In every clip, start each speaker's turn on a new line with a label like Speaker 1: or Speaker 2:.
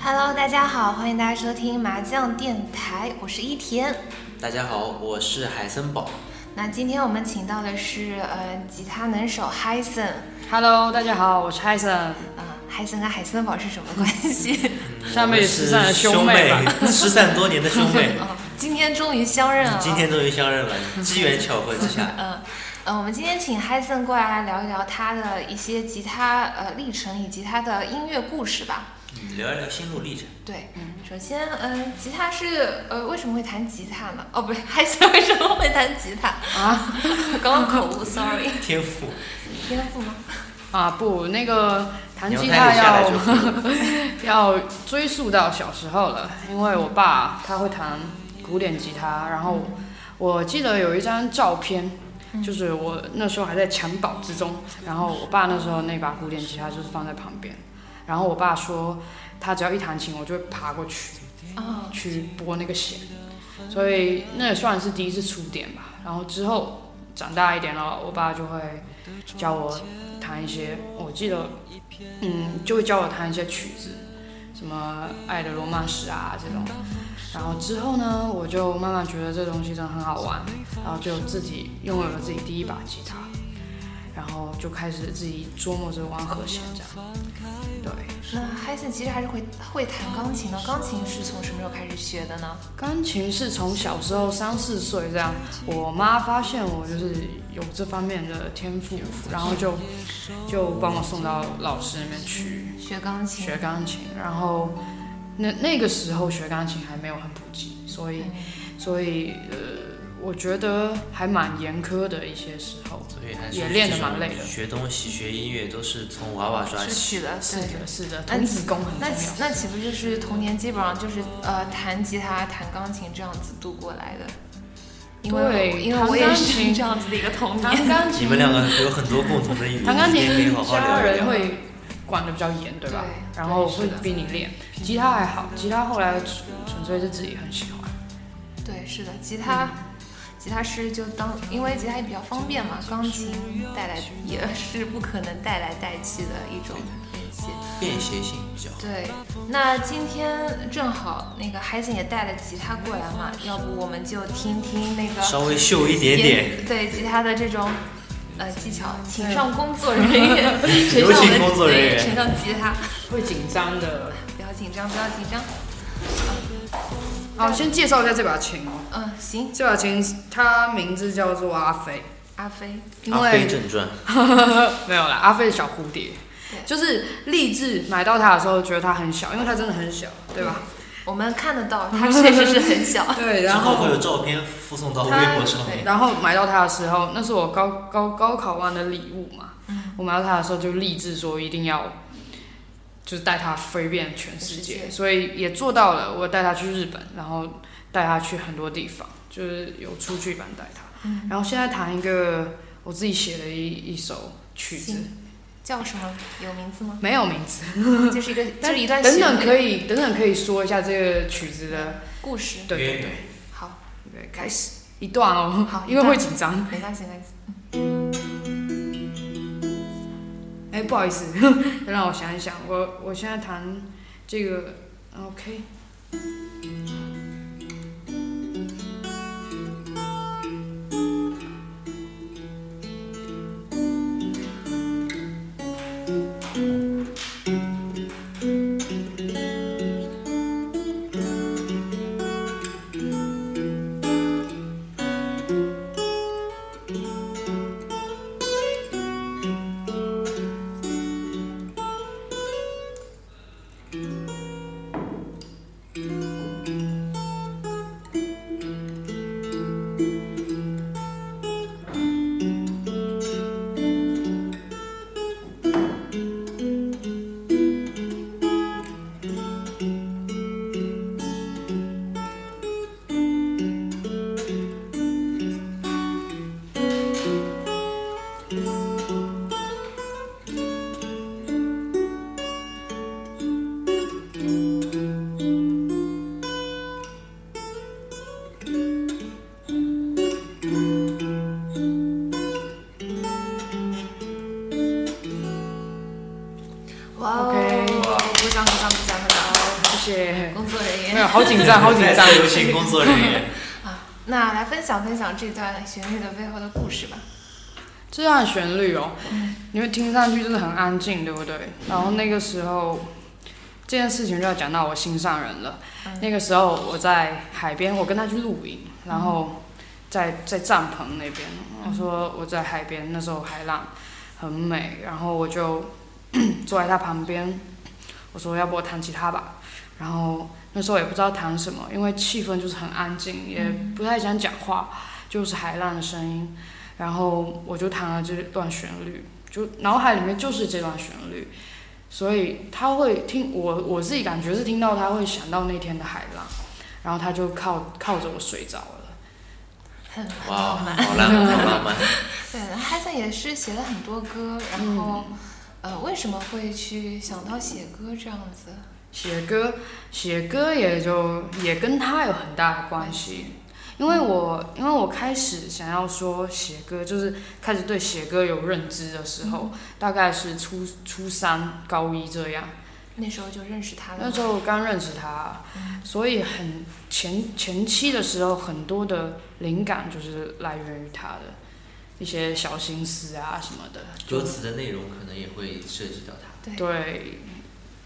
Speaker 1: 好，欢迎大家收听麻将电台，我是一田。
Speaker 2: 大家好，我是海森堡。
Speaker 1: 那今天我们请到的是呃吉他能手海森。
Speaker 3: Hello，大家好，我是海森。
Speaker 1: 啊，海森跟海森堡是什么关系？
Speaker 3: 上辈子失散的
Speaker 2: 兄
Speaker 3: 兄妹吧，
Speaker 2: 失散多年的兄妹，
Speaker 1: 哦，今天终于相认了。
Speaker 2: 今天终于相认了，机缘巧合之下，
Speaker 1: 嗯，呃，我们今天请海森过来聊一聊他的一些吉他呃历程以及他的音乐故事吧。
Speaker 2: 嗯聊一聊心路历程。
Speaker 1: 对，首先，嗯、吉他是呃为什么会弹吉他呢？哦，不是， 海森为什么会弹吉他？
Speaker 3: 啊
Speaker 1: 刚刚口误，sorry，
Speaker 2: 天赋，
Speaker 1: 天赋吗？
Speaker 3: 啊不，那个弹吉
Speaker 2: 你要
Speaker 3: 他
Speaker 2: 开始下来就
Speaker 3: 要 要追溯到小时候了，因为我爸他会弹古典吉他，然后我记得有一张照片。就是我那时候还在襁褓之中，然后我爸那时候那把古典吉他就是放在旁边，然后我爸说他只要一弹琴，我就会爬过去，
Speaker 1: 哦，
Speaker 3: 去拨那个弦，所以那也算是第一次触点吧。然后之后长大一点了，我爸就会教我弹一些，我记得，嗯，就会教我弹一些曲子，什么《爱的罗曼史》啊这种。然后之后呢，我就慢慢觉得这东西真的很好玩，然后就自己拥有了自己第一把吉他，然后就开始自己琢磨着玩和弦这样。对，
Speaker 1: 那海嗯森其实还是会会弹钢琴的，钢琴是从什么时候开始学的呢？
Speaker 3: 钢琴是从小时候三四岁这样，我妈发现我就是有这方面的天赋，然后就就帮我送到老师那边去
Speaker 1: 学钢琴。
Speaker 3: 学钢琴。然后那那个时候学钢琴还没有很普及，所以所以呃，我觉得还蛮严苛的一些时候。
Speaker 2: 所以还是
Speaker 3: 也练得蛮累的
Speaker 2: 这种学东西、学音乐都是从娃娃抓
Speaker 1: 是
Speaker 2: 起。
Speaker 1: 曲的，
Speaker 3: 是
Speaker 1: 对。
Speaker 3: 的，是的，
Speaker 1: 那
Speaker 3: 童子功很重
Speaker 1: 那岂
Speaker 3: 要。
Speaker 1: 那岂不就是童年基本上就是呃弹吉他、弹钢琴这样子度过来的？因为
Speaker 3: 对
Speaker 1: 我因为
Speaker 3: 弹
Speaker 1: 我也
Speaker 3: 钢
Speaker 1: 是
Speaker 3: 琴
Speaker 1: 这样子的一个童年。
Speaker 3: 弹钢琴，啊
Speaker 2: 你们两个有很多共同的语言，
Speaker 3: 弹钢
Speaker 2: 今天可以
Speaker 3: 琴
Speaker 2: 好好聊
Speaker 3: 家
Speaker 2: 一
Speaker 3: 人
Speaker 2: 聊。
Speaker 3: 会管的比较严，对吧？
Speaker 1: 对
Speaker 3: 然后
Speaker 1: 对
Speaker 3: 会
Speaker 1: 是的
Speaker 3: 逼你练。吉他还好，吉他后来纯纯粹是自己很喜欢。
Speaker 1: 对，是的，吉他，吉他是就当因为吉他也比较方便嘛，钢琴带来也是不可能带来带去的一种乐器。
Speaker 2: 便携性比较好。
Speaker 1: 对，那今天正好那个海景也带了吉他过来嘛，要不我们就听听那个
Speaker 2: 稍微秀一点点，
Speaker 1: 对吉他的这种呃技巧，请上工作人员，请
Speaker 2: 有
Speaker 1: 上我
Speaker 2: 请
Speaker 1: 们
Speaker 2: 工作人员
Speaker 1: 对请上吉他，
Speaker 3: 会紧张的。
Speaker 1: 不要紧张，不要紧张。
Speaker 3: 好，啊先介绍一下这把琴哦。
Speaker 1: 嗯，行，
Speaker 3: 这把琴它名字叫做阿飞，
Speaker 1: 阿飞，
Speaker 3: 因
Speaker 2: 阿飞
Speaker 3: 为
Speaker 2: 正传，
Speaker 3: 没有啦，阿飞的小蝴蝶
Speaker 1: 对，
Speaker 3: 就是立志买到它的时候觉得它很小，因为它真的很小，对吧？。
Speaker 1: 我们看得到，他确实是很小
Speaker 3: 对，
Speaker 2: 之
Speaker 3: 然
Speaker 2: 后
Speaker 3: 后
Speaker 2: 会有照片附送到微博上面。
Speaker 3: 然后买到它的时候，那是我高高高考完的礼物嘛。
Speaker 1: 嗯
Speaker 3: 我买到它的时候就立志说一定要，就是带它飞遍全
Speaker 1: 全
Speaker 3: 世
Speaker 1: 世
Speaker 3: 界，
Speaker 1: 界
Speaker 3: 所以也做到了。我带它去日本，然后带它去很多地方，就是有出去版带它。
Speaker 1: 嗯
Speaker 3: 然后现在弹一个我自己写的一一首曲子，
Speaker 1: 行叫什么？有名字吗？
Speaker 3: 没有名字，
Speaker 1: 就是一个，就
Speaker 3: 但
Speaker 1: 是一段
Speaker 3: 等等
Speaker 1: 旋律
Speaker 3: 可以等等可以说一下这个曲子的，
Speaker 1: 故事。
Speaker 3: 对对
Speaker 2: 渊
Speaker 3: 对
Speaker 1: 好，
Speaker 3: 对，开始一段哦
Speaker 1: 好，
Speaker 3: 因为
Speaker 1: 一段
Speaker 3: 会紧张。
Speaker 1: 没关系，没关系。
Speaker 3: 哎，不好意思， 让我想一想，我我现在弹这个，OK。谢。
Speaker 1: 工作人
Speaker 3: 没有，
Speaker 1: 员
Speaker 3: 哎好紧张，好紧 张
Speaker 2: 再。次有请工作人员。
Speaker 1: 啊。那来分享分享这段旋律的背后的故事吧。
Speaker 3: 这段旋律哦，因为听上去就是很安静，对不对？然后那个时候，这件事情就要讲到我心上人了。那个时候我在海边，我跟他去露营，然后在在帐篷那边，我说我在海边，那时候海浪很美，然后我就坐在他旁边，我说要不我弹吉他吧，然后那时候也不知道弹什么，因为气氛就是很安静，也不太想讲话，就是海浪的声音。然后我就弹了这段旋律，就脑海里面就是这段旋律，所以他会听我，我自己感觉是听到他会想到那天的海浪，然后他就靠靠着我睡着了。
Speaker 1: 很很
Speaker 2: 哇，哦
Speaker 1: 浪漫。
Speaker 2: 好浪漫，好浪漫。
Speaker 1: 对，哈森也是写了很多歌，然后、呃，为什么会去想到写歌这样子？
Speaker 3: 写歌，写歌也就也跟他有很大的关系，因为我因为我开始想要说写歌，就是开始对写歌有认知的时候，大概是初初三高一这样。
Speaker 1: 那时候就认识他了吗。
Speaker 3: 那时候我刚认识他，所以很前前期的时候，很多的灵感就是来源于他的一些小心思啊什么的。
Speaker 2: 歌词的内容可能也会涉及到他。
Speaker 1: 对
Speaker 3: 对，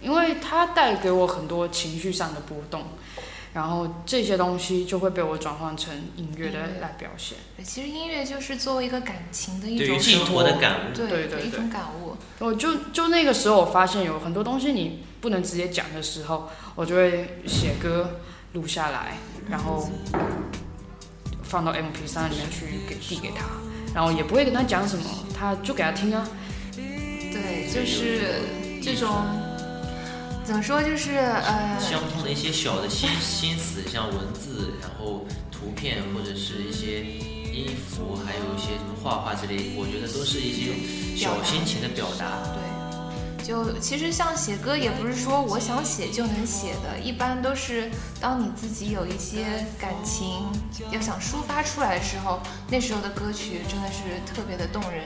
Speaker 3: 因为他带给我很多情绪上的波动，然后这些东西就会被我转换成音乐
Speaker 1: 音
Speaker 3: 的
Speaker 1: 乐
Speaker 3: 来表现。
Speaker 1: 对其实音乐就是作为一个感情的一
Speaker 2: 对
Speaker 1: 种
Speaker 2: 于生活的感悟，
Speaker 1: 对
Speaker 3: 对对
Speaker 1: 一
Speaker 3: 对
Speaker 1: 种感悟。
Speaker 3: 我哦就就那个时候，我发现有很多东西你不能直接讲的时候，我就会写歌录下来，然后放到 MP 3里面去给递给他，然后也不会跟他讲什么，他就给他听啊。
Speaker 1: 对，就是这种怎么说，就是呃，
Speaker 2: 相通的一些小的心心思，像文字，然后图片或者是一些衣服，还有一些什么画画之类，我觉得都是一些小心情的表达。
Speaker 1: 对，就其实像写歌也不是说我想写就能写的，一般都是当你自己有一些感情要想抒发出来的时候，那时候的歌曲真的是特别的动人。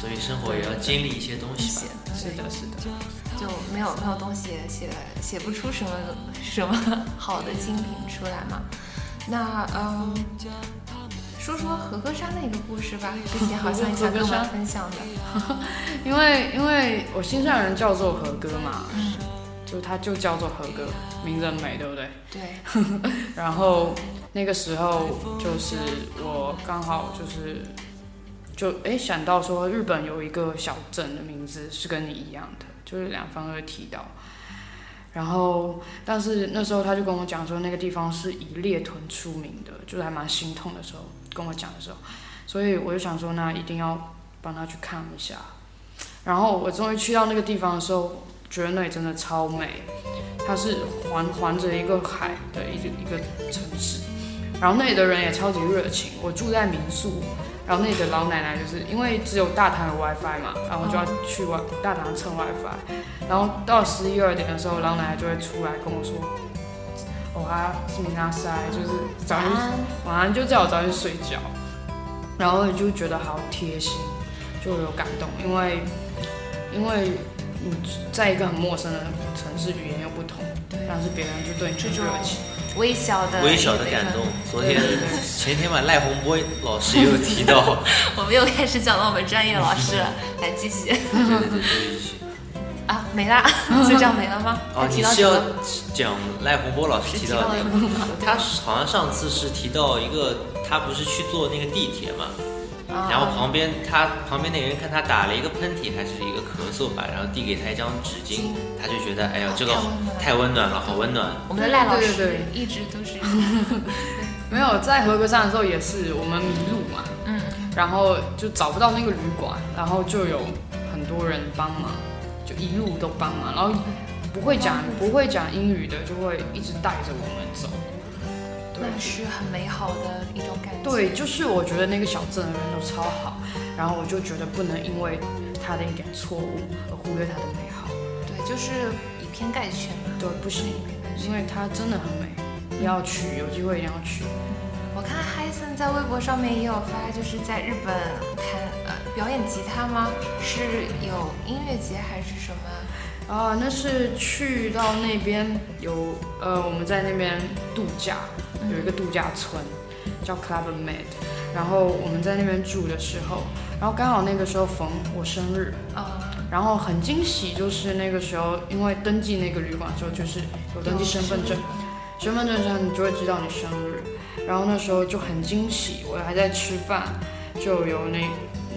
Speaker 2: 所以生活也要经历一些东西
Speaker 1: 写
Speaker 2: 吧。
Speaker 3: 是的，是的，
Speaker 1: 就没有没有东西写写不出什么什么好的精品出来嘛。那嗯，说说和歌山的一个故事吧，之前好像也想跟我们分享的。
Speaker 3: 因为因为我心上人叫做和歌嘛，
Speaker 1: 嗯，
Speaker 3: 就他就叫做和歌，名字很美，对不对？
Speaker 1: 对，
Speaker 3: 然后那个时候就是我刚好就是就诶想到说日本有一个小镇的名字是跟你一样的，就是两方都会提到。然后，但是那时候他就跟我讲说，那个地方是以猎豚出名的，就是还蛮心痛的时候跟我讲的时候，所以我就想说，那一定要帮他去看一下。然后我终于去到那个地方的时候，觉得那里真的超美，它是环环着一个海的一个一个城市，然后那里的人也超级热情。我住在民宿，然后那里的老奶奶就是因为只有大堂有 WiFi 嘛，然后我就要去 Wi 大堂蹭 WiFi，然后到十一二点的时候，老奶奶就会出来跟我说：“哦啊，是明阿塞，就是早上
Speaker 1: 安
Speaker 3: 晚安就叫我早点睡觉，然后就觉得好贴心，就有感动，因为因为你在一个很陌生的城市，语言又不同，
Speaker 1: 对
Speaker 3: 但是别人就对你
Speaker 1: 这
Speaker 3: 很
Speaker 1: 种
Speaker 3: 热情，
Speaker 1: 微小的
Speaker 2: 微小的感动。。昨天
Speaker 3: 对对对
Speaker 2: 前天晚赖洪波老师也有提到，
Speaker 1: 我们又开始讲到我们专业老师 了，来继续
Speaker 2: 对对对对，
Speaker 1: 啊，没啦， 就这样没了吗？
Speaker 2: 哦，
Speaker 1: 还提
Speaker 2: 你
Speaker 1: 到
Speaker 2: 是
Speaker 1: 什
Speaker 2: 要
Speaker 1: 么？
Speaker 2: 讲赖洪波老师
Speaker 1: 是
Speaker 2: 提
Speaker 1: 提
Speaker 2: 到
Speaker 1: 到
Speaker 2: 的
Speaker 1: 了。
Speaker 2: 他好像上次是提到一个，他不是去坐那个地铁嘛，
Speaker 1: 啊
Speaker 2: 然后旁边他旁边那个人看他打了一个喷嚏还是一个咳嗽吧，然后递给他一张纸巾
Speaker 1: 巾，
Speaker 2: 他就觉得哎呀
Speaker 1: 哦
Speaker 2: 这个好太
Speaker 1: 太
Speaker 2: 温暖了，好温暖。
Speaker 1: 我们的赖老
Speaker 3: 对
Speaker 1: 师
Speaker 3: 对
Speaker 1: 一直都是
Speaker 3: 没有在合格山的时候也是我们迷路嘛，
Speaker 1: 嗯，
Speaker 3: 然后就找不到那个旅馆，然后就有很多人帮忙，就一路都帮忙，然后不会
Speaker 1: 哦
Speaker 3: 讲不会讲英语的就会一直带着我们走，对
Speaker 1: 那。是很美好的一种感觉。
Speaker 3: 对，就是我觉得那个小镇的人都超好，然后我就觉得不能因为他的一点错误而忽略他的美好，
Speaker 1: 对，就是以偏概全嘛。
Speaker 3: 对，不行，
Speaker 1: 以偏概
Speaker 3: 因
Speaker 1: 全。
Speaker 3: 为他真的很美，
Speaker 1: 嗯
Speaker 3: 一定要去，有机会一定要去。
Speaker 1: 我看海森在微博上面也有发，就是在日本弹呃表演吉他吗？是有音乐节还是什么？
Speaker 3: 啊，那是去到那边有呃，我们在那边度假，有一个度假村叫 Club Med，然后我们在那边住的时候，然后刚好那个时候逢我生日，
Speaker 1: 啊，
Speaker 3: 然后很惊喜，就是那个时候因为登记那个旅馆的时候，就是有登记身份证，身份证上你就会知道你生日，然后那时候就很惊喜，我还在吃饭，就有那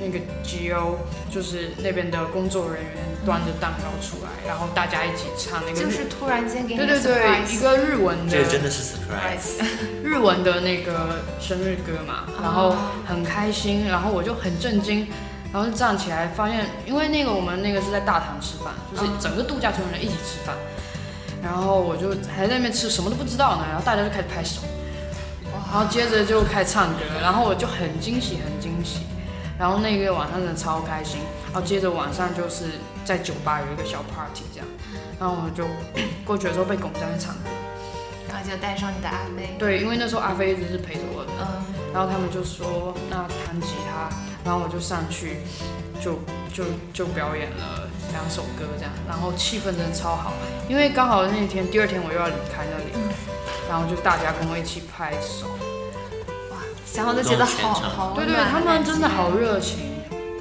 Speaker 3: 那个 GO 就是那边的工作人员端着蛋糕出来，然后大家一起唱那个日，
Speaker 1: 就是突然间给你
Speaker 3: 对对对，一个日文
Speaker 2: 这个真
Speaker 3: 的
Speaker 2: 的是 surprise，
Speaker 1: surprise，
Speaker 3: 日文的那个生日歌嘛，
Speaker 1: 哦
Speaker 3: 然后很开心，然后我就很震惊。然后就站起来，发现因为那个我们那个是在大堂吃饭，就是整个度假村的人一起吃饭，然后我就还在那边吃，什么都不知道呢，然后大家就开始拍手，然后接着就开始唱歌，然后我就很惊喜，很惊喜，然后那个晚上真的超开心，然后接着晚上就是在酒吧有一个小 party 这样，然后我就过去的时候被拱在那唱歌，
Speaker 1: 然后就带上你的阿妹，
Speaker 3: 对，因为那时候阿飞一直是陪着我的，
Speaker 1: 嗯，
Speaker 3: 然后他们就说那弹吉他，然后我就上去就就就表演了两首歌这样，然后气氛真的超好，因为刚好那天第二天我又要离开那里，然后就大家跟我一起拍手，
Speaker 1: 哇，想想都觉得好好
Speaker 3: 对
Speaker 1: 温
Speaker 3: 对，
Speaker 1: 暖
Speaker 3: 他们真的好
Speaker 1: 感觉
Speaker 3: 热情，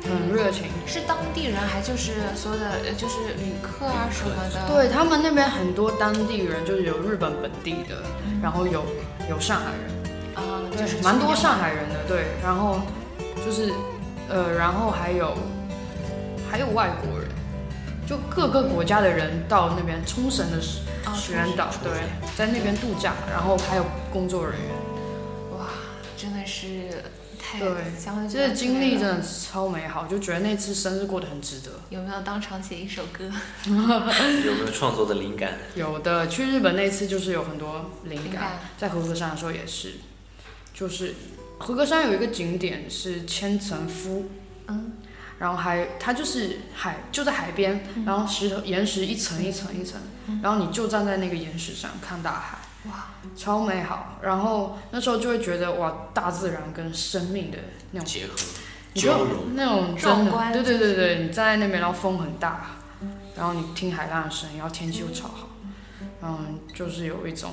Speaker 3: 很热情，
Speaker 1: 是当地人还就是所有的呃就是旅客啊什么的，
Speaker 3: 对他们那边很多当地人就是有日本本地的，然后有有上海人。
Speaker 1: 啊，就
Speaker 3: 对
Speaker 1: 是，
Speaker 3: 蛮多
Speaker 1: 去那
Speaker 3: 上海人的，对，然后就是呃，然后还有还有外国人，就各个国家的人到那边冲绳的石
Speaker 1: 边啊
Speaker 3: 石原岛，对，在那边度假，然后还有工作人员，
Speaker 1: 哇，真的是太
Speaker 3: 对
Speaker 1: 想想就
Speaker 3: 这个经历
Speaker 1: 觉
Speaker 3: 真
Speaker 1: 得
Speaker 3: 的超美好，就觉得那次生日过得很值得。
Speaker 1: 有没有当场写一首歌？
Speaker 2: 有没有创作的灵感？
Speaker 3: 有的去日本那次就是有很多灵
Speaker 1: 灵
Speaker 3: 感
Speaker 1: 感，
Speaker 3: 在和歌山的时候也是，就是和歌山有一个景点是千层夫，
Speaker 1: 嗯，
Speaker 3: 然后还它就是海就在海边，然后石头岩石一层一层一层，然后你就站在那个岩石上看大海，
Speaker 1: 哇，
Speaker 3: 超美好。然后那时候就会觉得哇，大自然跟生命的那种
Speaker 2: 结合
Speaker 3: 你就
Speaker 2: 交融，
Speaker 3: 那种真
Speaker 1: 壮
Speaker 3: 的，
Speaker 1: 观
Speaker 3: 对对对对，你站在那边，然后风很大，然后你听海浪的声音，然后天气又超好，嗯，就是有一种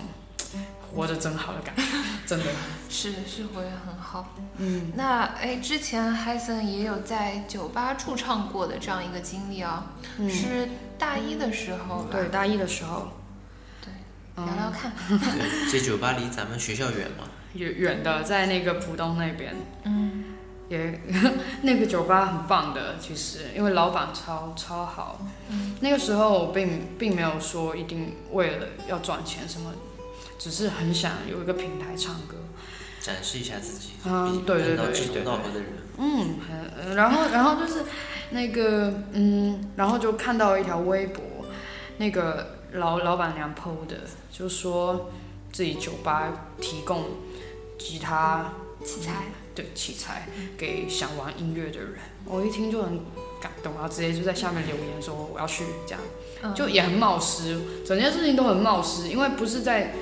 Speaker 3: 活着真好的感觉，真的。
Speaker 1: 是是活跃很好。
Speaker 3: 嗯，
Speaker 1: 那哎，之前海森也有在酒吧驻唱过的这样一个经历啊，
Speaker 3: 嗯
Speaker 1: 是大一的时候吧？
Speaker 3: 对，大一的时候，
Speaker 1: 对，聊聊
Speaker 3: 嗯，
Speaker 1: 看。
Speaker 2: 对这酒吧离咱们学校远吗？
Speaker 3: 远远的在那个浦东那边。
Speaker 1: 嗯，
Speaker 3: 也 那个酒吧很棒的，其实因为老板超超好。那个时候我并并没有说一定为了要赚钱什么，只是很想有一个平台唱歌。
Speaker 2: 展志一下自己，
Speaker 3: 嗯
Speaker 2: 毕竟
Speaker 3: 对对
Speaker 2: 碰到
Speaker 3: 对
Speaker 2: 志
Speaker 3: 对
Speaker 2: 同道合的人，
Speaker 3: 嗯，很呃然后然后就是那个嗯，然后就看到一条微博，那个老老板娘 PO 的，就说自己酒吧提供吉他、
Speaker 1: 器材
Speaker 3: 对器材给想玩音乐的人，我一听就很感动，然后直接就在下面留言说我要去，这样
Speaker 1: 嗯
Speaker 3: 就也很冒失，整件事情都很冒失，因为不是在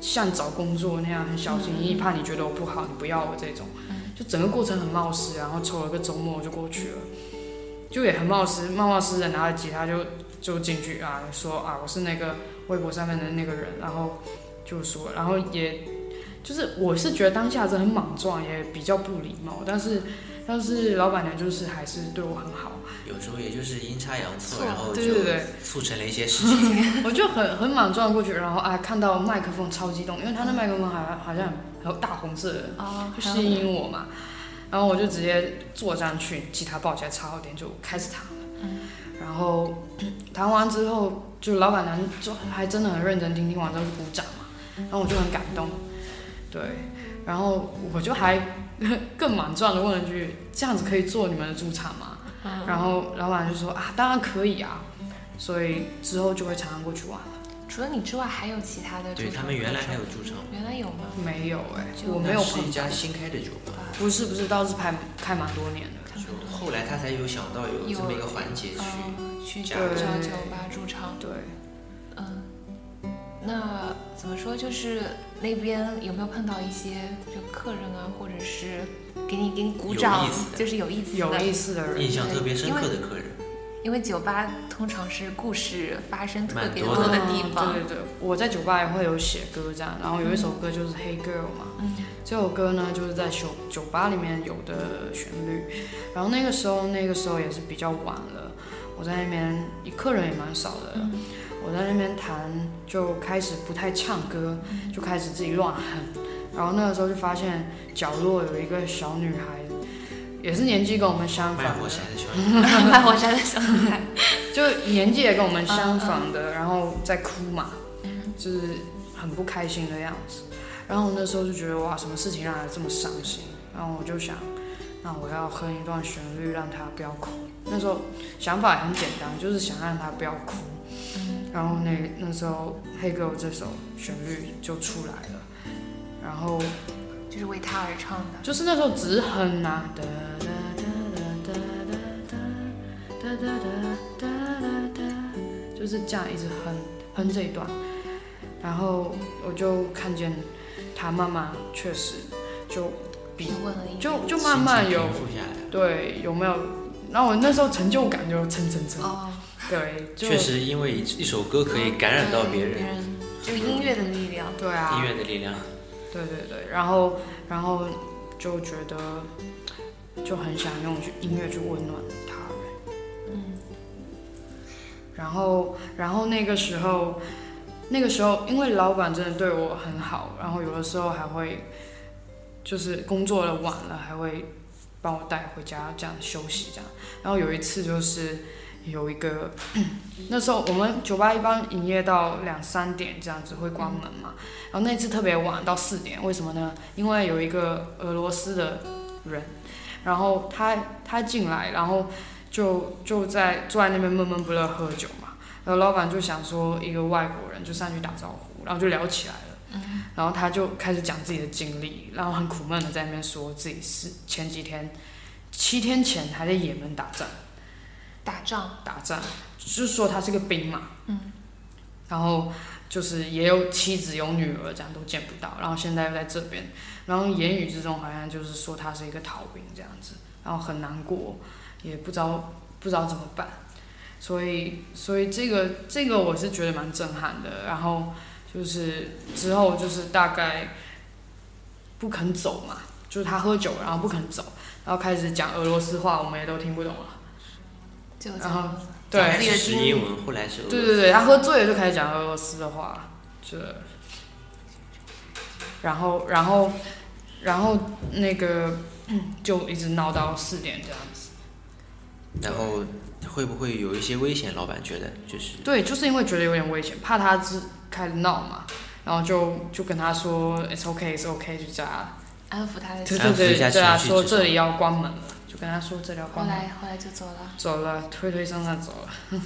Speaker 3: 像找工作那样很小心翼翼，怕你觉得我不好，你不要我这种，就整个过程很冒失，啊然后抽了个周末就过去了，就也很冒失，冒冒失的拿着吉他就就进去啊，说啊我是那个微博上面的那个人，然后就说，然后也就是我是觉得当下真的很莽撞，也比较不礼貌，但是但是老板娘就是还是对我很好，
Speaker 2: 有时候也就是阴差阳错，
Speaker 1: 错
Speaker 2: 然后
Speaker 3: 对对
Speaker 2: 就
Speaker 3: 对
Speaker 2: 促成了一些事 情。
Speaker 3: 我就很很莽撞过去，然后啊看到麦克风超激动，因为他那麦克风好像好像有大红色的，
Speaker 1: 啊，
Speaker 3: 就
Speaker 1: 还有
Speaker 3: 吸引我嘛，然后我就直接坐上去，吉他抱起来插好点就开始弹了，然后弹完之后就老板娘就还真的很认真听，听完之后就鼓掌嘛，然后我就很感动，对，然后我就还 更莽撞的问了句：“这样子可以做你们的主场吗？”
Speaker 1: 嗯
Speaker 3: 然后老板就说：“啊，当然可以啊。”所以之后就会常常过去玩了。
Speaker 1: 除了你之外，还有其他的
Speaker 2: 对
Speaker 1: 驻
Speaker 2: 他
Speaker 1: 唱
Speaker 2: 们原
Speaker 1: 歌
Speaker 2: 来
Speaker 1: 手
Speaker 2: 还有驻唱，
Speaker 1: 原来有吗？
Speaker 3: 没有哎、
Speaker 1: 就
Speaker 3: 我
Speaker 2: 那
Speaker 3: 没有
Speaker 2: 是
Speaker 3: 碰
Speaker 2: 一。家新开的酒吧，
Speaker 3: 不是不是，倒是拍开蛮多年的。
Speaker 2: 就后来他才有想到有这么一个环节去。
Speaker 1: 嗯，去
Speaker 2: 加
Speaker 1: 找
Speaker 3: 入
Speaker 1: 酒吧驻唱。
Speaker 3: 对，
Speaker 1: 嗯，那怎么说？就是那边有没有碰到一些就客人啊，或者是给你给你鼓掌
Speaker 2: 有意思，的
Speaker 1: 就是有意思的，
Speaker 3: 有意思的人
Speaker 2: 印象特别深刻的客人，
Speaker 1: 因为酒吧通常是故事发生特别
Speaker 2: 蛮
Speaker 1: 的
Speaker 2: 多
Speaker 1: 地方。
Speaker 3: 对对对，我在酒吧也会有写歌这样，然后有一首歌就是《Hey Girl》嘛，
Speaker 1: 嗯
Speaker 3: 这首歌呢就是在酒酒吧里面有的旋律，然后那个时候那个时候也是比较晚了，我在那边一客人也蛮少的，
Speaker 1: 嗯
Speaker 3: 我在那边弹就开始不太唱歌，就开始自己乱哼，然后那个时候就发现角落有一个小女孩，也是年纪跟我们相
Speaker 2: 卖
Speaker 3: 反
Speaker 2: 火
Speaker 3: 的，
Speaker 2: 柴的小女孩，
Speaker 1: 卖火柴的小女孩，
Speaker 3: 就年纪也跟我们相仿的，然后在哭嘛，就是很不开心的样子。然后我那时候就觉得哇，什么事情让他这么伤心？然后我就想，那我要哼一段旋律让他不要哭。那时候想法也很简单，就是想让他不要哭。然后那那时候《黑 girl》这首旋律就出来了，然后
Speaker 1: 就是为他而唱的。
Speaker 3: 就是那时候只哼啊，哒哒哒哒哒哒哒哒哒哒哒，就是这样一直哼哼这一段，然后我就看见他慢慢确实就比
Speaker 1: 平稳了一点。
Speaker 3: 就就慢慢有
Speaker 2: 心情平复下来了。
Speaker 3: 对有没有？然后我那时候成就感就蹭蹭蹭，
Speaker 1: 哦，
Speaker 3: 对，就
Speaker 2: 确实，因为一一首歌可以感染到
Speaker 1: 别
Speaker 2: 别人，
Speaker 1: 人嗯就音乐的力量。
Speaker 3: 对啊，
Speaker 2: 音乐的力量。
Speaker 3: 对对对，然后然后就觉得就很想用音乐去温暖他人。
Speaker 1: 嗯
Speaker 3: 然后，然后那个时候，那个时候，因为老板真的对我很好，然后有的时候还会，就是工作了晚了，还会帮我带回家这样休息这样。然后有一次就是有一个， 那时候我们酒吧一般营业到两三点这样子会关门嘛，然后那次特别晚到四点，为什么呢？因为有一个俄罗斯的人，然后他他进来，然后就就在坐在那边闷闷不乐喝酒嘛。然后老板就想说一个外国人就上去打招呼，然后就聊起来了。然后他就开始讲自己的经历，然后很苦闷的在那边说自己是前几天七天前还在也门打仗。
Speaker 1: 打仗，
Speaker 3: 打仗，就是说他是个兵嘛，
Speaker 1: 嗯，
Speaker 3: 然后就是也有妻子有女儿，这样都见不到，然后现在又在这边，然后言语之中好像就是说他是一个逃兵这样子，然后很难过，也不知道不知道怎么办，所以所以这个这个我是觉得蛮震撼的，然后就是之后就是大概不肯走嘛，就是他喝酒然后不肯走，然后开始讲俄罗斯话，我们也都听不懂了。
Speaker 1: 就这
Speaker 3: 然后
Speaker 1: 样。
Speaker 3: 对，
Speaker 1: 自己的
Speaker 2: 是
Speaker 1: 经历
Speaker 2: 英文，后来是俄
Speaker 3: 对
Speaker 2: 文。
Speaker 3: 对对，他喝醉了就开始讲俄罗斯的话，这，然后然后然后那个嗯就一直闹到四点这样子。
Speaker 2: 然后会不会有一些危险？老板觉得就是
Speaker 3: 对，就是因为觉得有点危险，怕他之开始闹嘛，然后就就跟他说 it's okay it's okay 就这样，
Speaker 1: 安抚他的
Speaker 3: 对
Speaker 1: 情
Speaker 2: 是
Speaker 1: 绪。
Speaker 3: 对
Speaker 2: 安抚一下
Speaker 3: 对，对啊，
Speaker 2: 情绪
Speaker 3: 说
Speaker 2: 之后
Speaker 3: 这里要关门了，就跟他说这里要
Speaker 1: 后
Speaker 3: 关门，
Speaker 1: 来后来就走了。
Speaker 3: 走了，推推搡搡走了。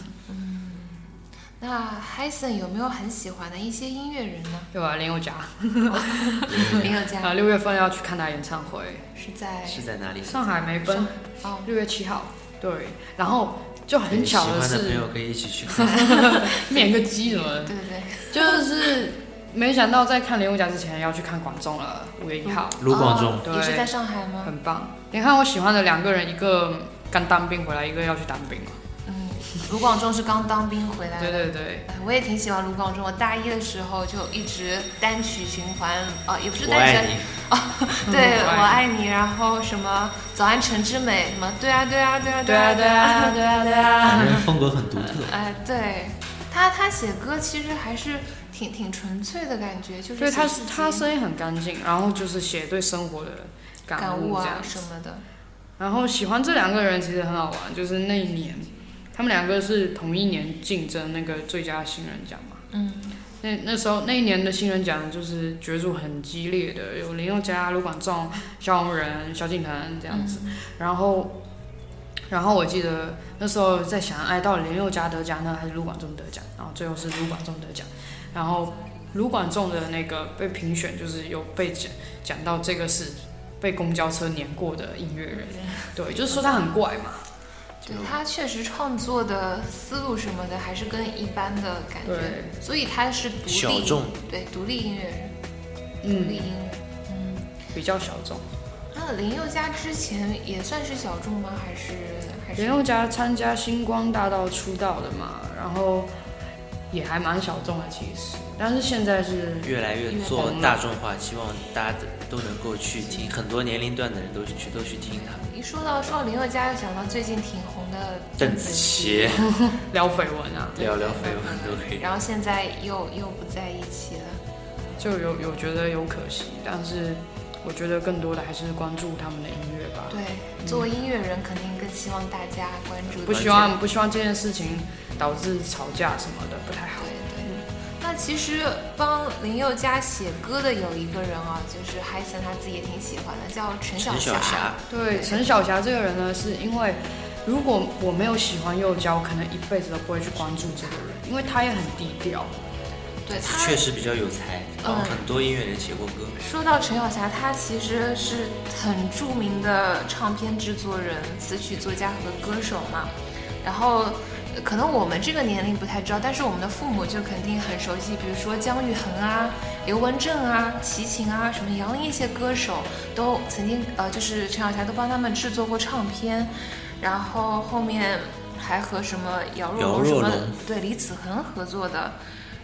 Speaker 1: 那 Hyson 有没有很喜欢的一些音乐人呢？
Speaker 3: 对啊，林宥嘉
Speaker 1: 林宥嘉
Speaker 3: 啊，六月份要去看他演唱会，
Speaker 1: 是在
Speaker 2: 是在哪里？
Speaker 3: 上海梅奔。
Speaker 1: 哦，
Speaker 3: 六月七号，对，然后就很巧
Speaker 2: 喜
Speaker 3: 的
Speaker 2: 欢的朋
Speaker 3: 是
Speaker 2: 友可以一起去看。
Speaker 3: 免个鸡什么 的，
Speaker 1: 对对对，
Speaker 3: 就是没想到在看林宥嘉之前要去看广众了，五月一号，
Speaker 2: 卢广仲
Speaker 1: 哦
Speaker 3: 对
Speaker 1: 也是在上海吗？
Speaker 3: 很棒。你看我喜欢的两个人，一个刚当兵回来，一个要去当兵嘛，
Speaker 1: 嗯，卢广仲是刚当兵回来的
Speaker 3: 对对对，
Speaker 1: 哎我也挺喜欢卢广仲，我大一的时候就一直单曲循环，啊、也不是
Speaker 2: 我
Speaker 1: 单
Speaker 2: 爱
Speaker 1: 曲，
Speaker 2: 你，
Speaker 1: 对
Speaker 3: 嗯
Speaker 1: 我爱你，然后什么早安陈之美，什么对啊对啊对啊
Speaker 3: 对啊对啊对啊对啊，
Speaker 2: 反 正风格很独特。
Speaker 1: 哎对，他他写歌其实还是挺挺纯粹的感觉，就是
Speaker 3: 对他
Speaker 1: 写自己
Speaker 3: 他声音很干净，然后就是写对生活的
Speaker 1: 感
Speaker 3: 感
Speaker 1: 悟
Speaker 3: 悟这
Speaker 1: 啊
Speaker 3: 样
Speaker 1: 什么的，
Speaker 3: 然后喜欢这两个人其实很好玩，就是那一年，他们两个是同一年竞争那个最佳新人奖嘛。
Speaker 1: 嗯，
Speaker 3: 那那时候那一年的新人奖就是角逐很激烈的，有林宥嘉、卢广仲、萧红人、萧敬腾这样子。
Speaker 1: 嗯
Speaker 3: 然后，然后我记得那时候在想，哎，到底林宥嘉得奖呢，还是卢广仲得奖？然后最后是卢广仲得奖。然后卢广仲的那个被评选就是有被讲讲到这个是被公交车碾过的音乐人，对，就是说他很怪嘛。
Speaker 1: 对他确实创作的思路什么的还是跟一般的感觉，
Speaker 3: 对，
Speaker 1: 所以他是独立
Speaker 2: 小众
Speaker 1: 对独立音乐人，独立
Speaker 3: 嗯，
Speaker 1: 音乐人，嗯。
Speaker 3: 比较小众。
Speaker 1: 那林宥嘉之前也算是小众吗？还是还是
Speaker 3: 林宥嘉参加星光大道出道的嘛，然后也还蛮小众的其实，但是现在是
Speaker 2: 越来越做大众化，希望大家都能够去听，很多年龄段的人都去都去听他。
Speaker 1: 一说到说到林宥嘉，又想到最近挺红的
Speaker 2: 邓紫棋
Speaker 3: 聊绯闻啊，
Speaker 2: 聊聊绯闻都可以。
Speaker 1: 然后现在又又不在一起了。
Speaker 3: 就有有觉得有可惜，但是我觉得更多的还是关注他们的音乐吧。
Speaker 1: 对，作为音乐人，肯定更希望大家关注。
Speaker 3: 不希望不希望这件事情导致吵架什么的，不太好
Speaker 1: 对。对。那其实帮林宥嘉写歌的有一个人啊，就是 Hyson 他自己也挺喜欢的，叫陈小
Speaker 2: 陈小霞，
Speaker 3: 对，陈小霞这个人呢，是因为如果我没有喜欢幼娇，可能一辈子都不会去关注这个人，因为他也很低调。
Speaker 1: 嗯对他
Speaker 2: 确实比较有才，
Speaker 1: 嗯
Speaker 2: 帮很多音乐人写过歌。
Speaker 1: 说到陈小霞，她其实是很著名的唱片制作人、词曲作家和歌手嘛。然后，呃可能我们这个年龄不太知道，但是我们的父母就肯定很熟悉，比如说姜育恒啊、刘文正啊、齐秦啊，什么杨丽一些歌手都曾经呃，就是陈小霞都帮他们制作过唱片，然后后面还和什么姚若
Speaker 2: 姚
Speaker 1: 龙什
Speaker 2: 若
Speaker 1: 么
Speaker 2: 龙
Speaker 1: 对李子恒合作的。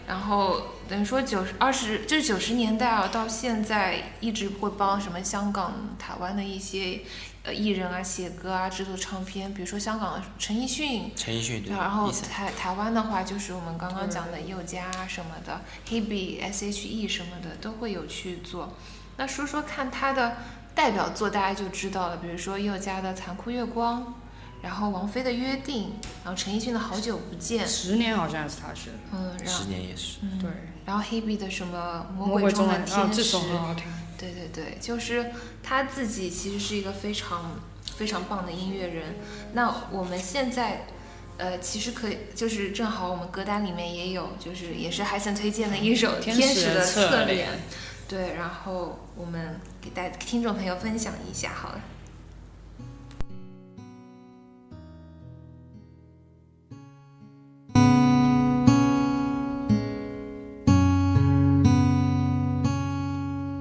Speaker 1: 然后等于说九十二十就是九十年代啊，到现在一直会帮什么香港、台湾的一些呃艺人啊写歌啊、制作唱片，比如说香港的陈奕迅，
Speaker 2: 陈奕迅对，
Speaker 1: 然后
Speaker 2: 一三
Speaker 1: 台台湾的话就是我们刚刚讲的宥嘉啊什么的，Hebe、S.H.E 什么的都会有去做。那说说看他的代表作，大家就知道了，比如说宥嘉的《残酷月光》，然后王菲的《约定》，然后陈奕迅的《好久不见》，
Speaker 3: 十年好像也是他写的，
Speaker 1: 嗯，然后
Speaker 2: 十年也是。
Speaker 3: 对，
Speaker 1: 然后 Hebe 的什么《
Speaker 3: 魔
Speaker 1: 魔
Speaker 3: 鬼
Speaker 1: 嗯鬼中
Speaker 3: 中
Speaker 1: 的
Speaker 3: 人
Speaker 1: 天
Speaker 3: 啊，这
Speaker 1: 使
Speaker 3: 首》很好听。
Speaker 1: 对对对，就是他自己其实是一个非常非常棒的音乐人。那我们现在，呃，其实可以就是正好我们歌单里面也有，就是也是海森推荐的一首《嗯
Speaker 3: 天
Speaker 1: 天
Speaker 3: 使
Speaker 1: 使
Speaker 3: 的
Speaker 1: 的
Speaker 3: 侧
Speaker 1: 侧
Speaker 3: 脸
Speaker 1: 脸》，对，然后我们给大听众朋友分享一下好了。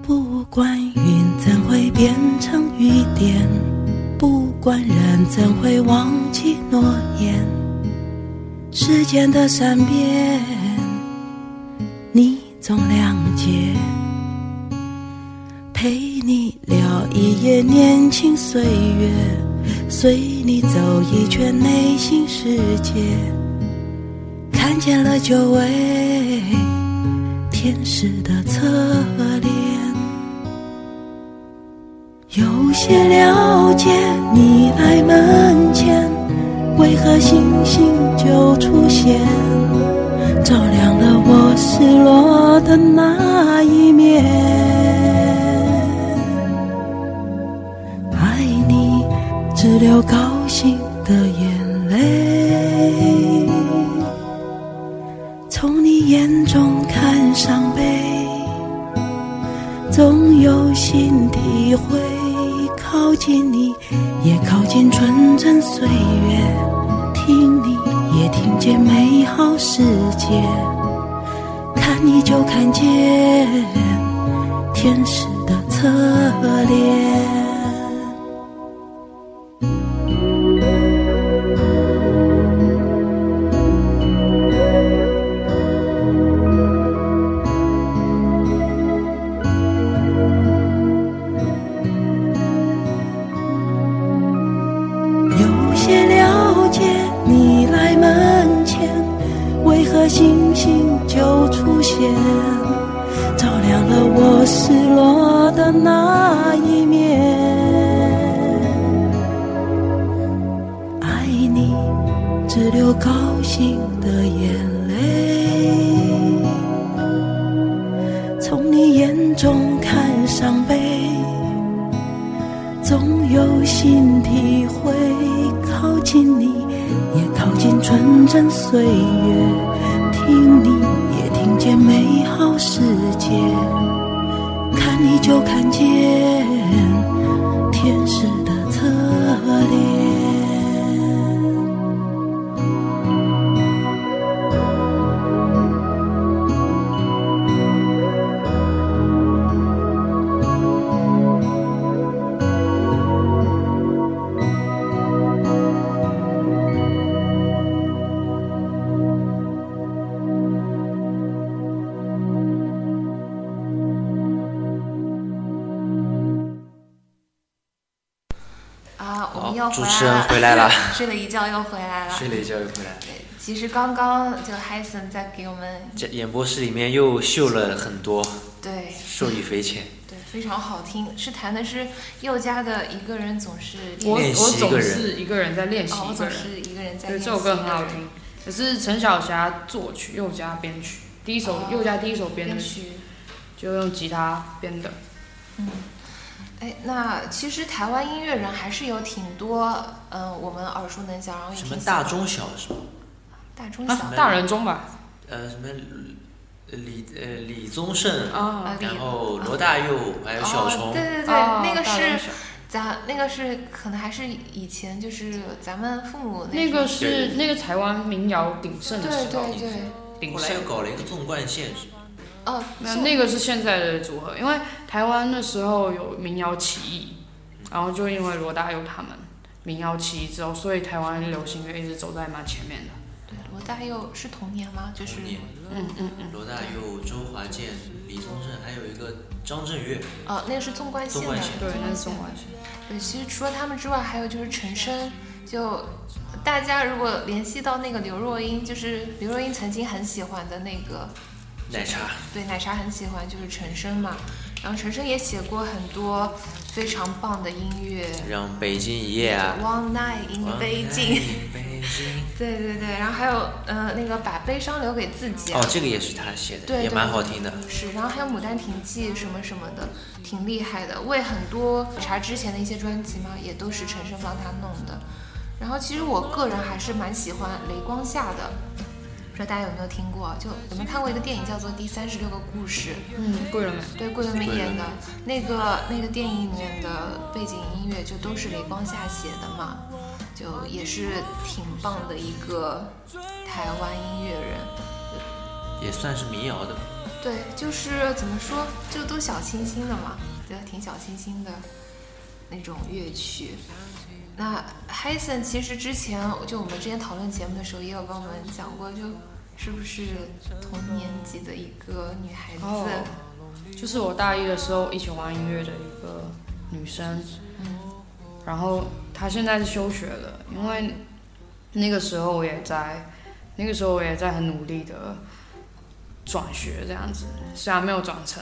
Speaker 4: 不管云怎会变成雨点，不管人怎会忘记诺言。时间的善变，你总谅解。陪你聊一夜年轻岁月，随你走一圈内心世界，看见了久违天使的侧脸。有些了解你爱门前，为何星星就出现，照亮了我失落的那一面。爱你只流高兴的眼泪，从你眼中看伤悲。总有新体会，靠近你，也靠近纯真岁月，听你也听见美好世界，看你就看见天使的侧脸。有些了解你来门前，为何星星就出现，照亮了我失落的那一面。爱你只流高兴的眼泪，从你眼中看伤悲。总有新体会，靠近你，也靠近纯真岁月，听你也听见美好世界，看你就看见天使的侧脸。
Speaker 1: 啊
Speaker 2: 主持人回来了，
Speaker 1: 睡了一觉又回来了。
Speaker 2: 睡了一觉又回来了。
Speaker 1: 对，其实刚刚就 Hyson 在给我们
Speaker 2: 这演播室里面又秀了很多，
Speaker 1: 对
Speaker 2: 受益匪浅。
Speaker 1: 对非常好听，是弹的是佑嘉的一个人总是
Speaker 3: 我
Speaker 1: 练
Speaker 2: 练习
Speaker 3: 我
Speaker 2: 一个
Speaker 3: 总
Speaker 2: 人
Speaker 3: 是一个人在练习
Speaker 1: 哦，我
Speaker 3: 一个
Speaker 1: 总
Speaker 3: 人，
Speaker 1: 是一个人在
Speaker 3: 对
Speaker 1: 练习。
Speaker 3: 这首歌很好听。，可是陈小霞作曲，佑嘉编曲，第一首
Speaker 1: 哦
Speaker 3: 佑嘉第一首编
Speaker 1: 编
Speaker 3: 的，
Speaker 1: 曲。
Speaker 3: 就用吉他编的。
Speaker 1: 哎，那其实台湾音乐人还是有挺多，嗯、我们耳熟能详，然后也
Speaker 2: 什
Speaker 1: 挺
Speaker 2: 么
Speaker 1: 喜
Speaker 2: 大
Speaker 1: 欢
Speaker 2: 中小什么，
Speaker 1: 大嗯中小
Speaker 3: 啊，大人中吧，
Speaker 2: 呃，什么李呃李宗盛，
Speaker 3: 啊，
Speaker 1: 李
Speaker 2: 然后罗大佑，还有小
Speaker 1: 呃哦
Speaker 2: 虫，
Speaker 1: 对对对，
Speaker 3: 哦
Speaker 1: 那个
Speaker 3: 大人
Speaker 1: 是
Speaker 3: 小
Speaker 1: 咱那个是可能还是以前就是咱们父母
Speaker 3: 那
Speaker 1: 时
Speaker 3: 个
Speaker 1: 候
Speaker 3: 是那个台湾民谣鼎盛的
Speaker 1: 对
Speaker 3: 时候
Speaker 1: 对，对，
Speaker 3: 鼎
Speaker 2: 后来
Speaker 3: 盛
Speaker 2: 又。搞了一个纵贯线，
Speaker 1: 哦，
Speaker 3: 那
Speaker 1: 就
Speaker 3: 那个是现在的组合，因为台湾那时候有民谣起义，然后就因为罗大佑他们民谣起义之后，所以台湾流行乐一直走在蛮前面的。
Speaker 1: 对罗大佑是童年吗？就是
Speaker 2: 童年
Speaker 3: 嗯嗯嗯，
Speaker 2: 罗大佑、周华健、李宗盛，还有一个张震岳，
Speaker 1: 哦，那个是纵贯线的
Speaker 2: 纵贯线，
Speaker 3: 对，那是
Speaker 1: 线
Speaker 3: 中华线。
Speaker 1: 对，呃其实除了他们之外，还有就是陈升，就大家如果联系到那个刘若英，就是刘若英曾经很喜欢的那个，
Speaker 2: 奶茶。
Speaker 1: 对奶茶很喜欢，就是陈升嘛。然后陈升也写过很多非常棒的音乐，
Speaker 2: 让北京一夜啊，
Speaker 1: One Night in 北京》，
Speaker 2: 北京。
Speaker 1: 对对对，然后还有呃那个把悲伤留给自己、啊
Speaker 2: 哦，这个也是他写的，
Speaker 1: 对
Speaker 2: 也
Speaker 1: 对
Speaker 2: 蛮好听的。
Speaker 1: 是，然后还有《牡丹亭记》什么什么的，挺厉害的。为很多查之前的一些专辑嘛，也都是陈升帮他弄的。然后其实我个人还是蛮喜欢雷光夏的，不知道大家有没有听过？啊就有没有看过一个电影叫做《第三十六个故事》？
Speaker 3: 嗯，贵人美。
Speaker 1: 对，桂纶镁
Speaker 2: 桂纶
Speaker 1: 演的那个那个电影里面的背景音乐就都是雷光夏写的嘛，就也是挺棒的一个台湾音乐人。
Speaker 2: 也算是民谣的吧。
Speaker 1: 对，就是怎么说，就都小清新的嘛，对，挺小清新的那种乐曲。那 Hyson 其实之前就我们之前讨论节目的时候，也有跟我们讲过，就是不是同年级的一个女孩子，
Speaker 3: 哦，就是我大一的时候一起玩音乐的一个女生，然后她现在是休学了，因为那个时候我也在，那个时候我也在很努力的转学这样子，虽然没有转成，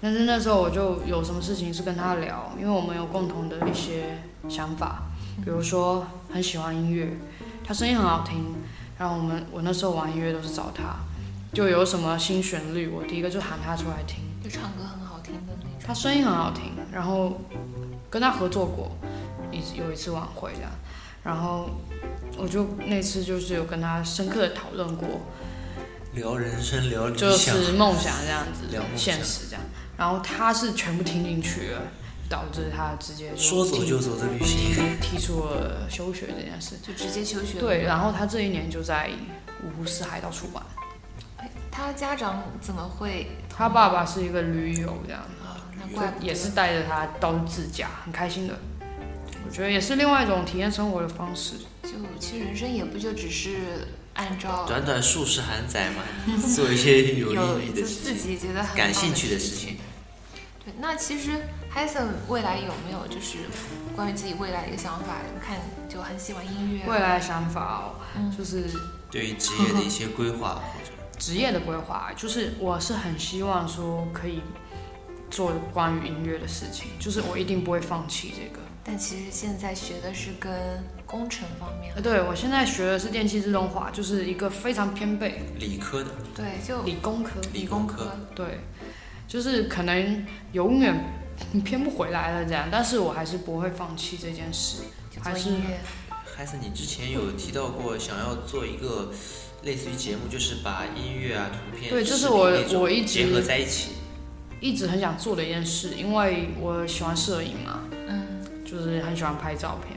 Speaker 3: 但是那时候我就有什么事情是跟她聊，因为我们有共同的一些想法，比如说很喜欢音乐，她声音很好听，然后我们我那时候玩音乐都是找她。就有什么新旋律，我第一个就喊他出来听。
Speaker 1: 就唱歌很好听的那种。
Speaker 3: 他声音很好听，然后跟他合作过一有一次晚会这样，然后我就那次就是有跟他深刻的讨论过，
Speaker 2: 聊人生，聊理
Speaker 3: 就
Speaker 2: 想，
Speaker 3: 是梦想这样子
Speaker 2: 聊，梦嗯想
Speaker 3: 现实这样。然后他是全部听进去了，导致他直接就
Speaker 2: 说走就走的旅行。
Speaker 3: 提提出了休学这件事。
Speaker 1: 就直接求学。
Speaker 3: 对，然后他这一年就在五湖四海到处玩。
Speaker 1: 哎，他家长怎么会？
Speaker 3: 他爸爸是一个驴友这样。
Speaker 1: 那怪不得
Speaker 3: 啊也是带着他到处自驾，很开心的。我觉得也是另外一种体验生活的方式。
Speaker 1: 就其实人生也不就只是按照
Speaker 2: 短短数十韩载 嘛，做一些有
Speaker 1: 有
Speaker 2: 意义
Speaker 1: 就
Speaker 2: 的事
Speaker 1: 自
Speaker 2: 情，
Speaker 1: 己觉得很
Speaker 2: 感
Speaker 1: 棒
Speaker 2: 兴趣的
Speaker 1: 的
Speaker 2: 事 情。。
Speaker 1: 对，那其实 Hyson 未来有没有就是关于自己未来的一个想法？看就很喜欢音乐啊，
Speaker 3: 未来想法哦，
Speaker 1: 嗯
Speaker 3: 就是
Speaker 2: 对于职业的一些规划，或者
Speaker 3: 职业的规划，就是我是很希望说可以做关于音乐的事情，就是我一定不会放弃这个。
Speaker 1: 但其实现在学的是跟工程方面
Speaker 3: 呃，。对我现在学的是电气自动化，就是一个非常偏背
Speaker 2: 理科的
Speaker 1: 对，就
Speaker 3: 理工科，
Speaker 2: 理工科，
Speaker 3: 对，就是可能永远偏不回来了这样，但是我还是不会放弃这件事。
Speaker 1: 就
Speaker 3: 还
Speaker 1: 做
Speaker 3: 是
Speaker 1: 音乐。
Speaker 2: 孩子，你之前有提到过想要做一个类似于节目，就是把音乐啊、图片、
Speaker 3: 对这是
Speaker 2: 视频
Speaker 3: 我
Speaker 2: 那种
Speaker 3: 我一直
Speaker 2: 结合在一起。
Speaker 3: 一直很想做的一件事，因为我喜欢摄影嘛，
Speaker 1: 嗯，
Speaker 3: 就是很喜欢拍照片，